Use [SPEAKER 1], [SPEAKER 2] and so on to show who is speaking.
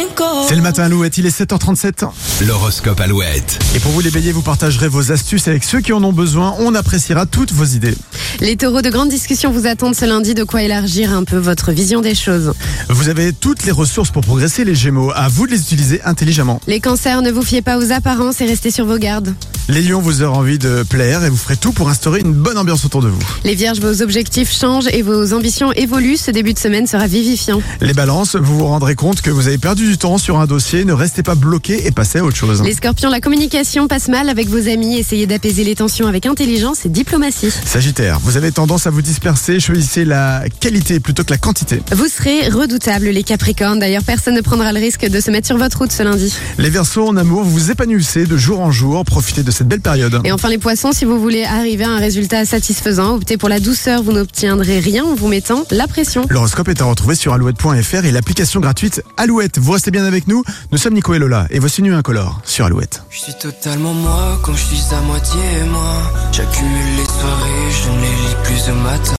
[SPEAKER 1] encore.
[SPEAKER 2] C'est le matin, Louette, il est 7h37.
[SPEAKER 3] L'horoscope Alouette.
[SPEAKER 2] Et pour vous les béliers, vous partagerez vos astuces avec ceux qui en ont besoin. On appréciera toutes vos idées.
[SPEAKER 4] Les taureaux de grandes discussions vous attendent ce lundi, de quoi élargir un peu votre vision des choses.
[SPEAKER 2] Vous avez toutes les ressources pour progresser, les gémeaux. À vous de les utiliser intelligemment.
[SPEAKER 4] Les cancers, ne vous fiez pas aux apparences et restez sur vos gardes.
[SPEAKER 2] Les lions, vous aurez envie de plaire et vous ferez tout pour instaurer une bonne ambiance autour de vous.
[SPEAKER 4] Les vierges, vos objectifs changent et vos ambitions évoluent. Ce début de semaine sera vivifiant.
[SPEAKER 2] Les balances, vous vous rendrez compte que vous avez perdu du temps sur un dossier. Ne restez pas bloqué et passez à autre chose.
[SPEAKER 4] Les scorpions, la communication passe mal avec vos amis. Essayez d'apaiser les tensions avec intelligence et diplomatie.
[SPEAKER 2] Sagittaire, vous avez tendance à vous disperser. Choisissez la qualité plutôt que la quantité.
[SPEAKER 4] Vous serez redoutables, les capricornes. D'ailleurs, personne ne prendra le risque de se mettre sur votre route ce lundi.
[SPEAKER 2] Les versos, en amour, vous vous épanouissez de jour en jour. Profitez de cette belle période.
[SPEAKER 4] Et enfin les poissons, si vous voulez arriver à un résultat satisfaisant, optez pour la douceur, vous n'obtiendrez rien en vous mettant la pression.
[SPEAKER 2] L'horoscope est à retrouver sur alouette.fr et l'application gratuite Alouette. Vous restez bien avec nous. Nous sommes Nico et Lola et voici Nu Incolore sur Alouette.
[SPEAKER 5] Je suis totalement moi quand je suis à moitié moi. Chaque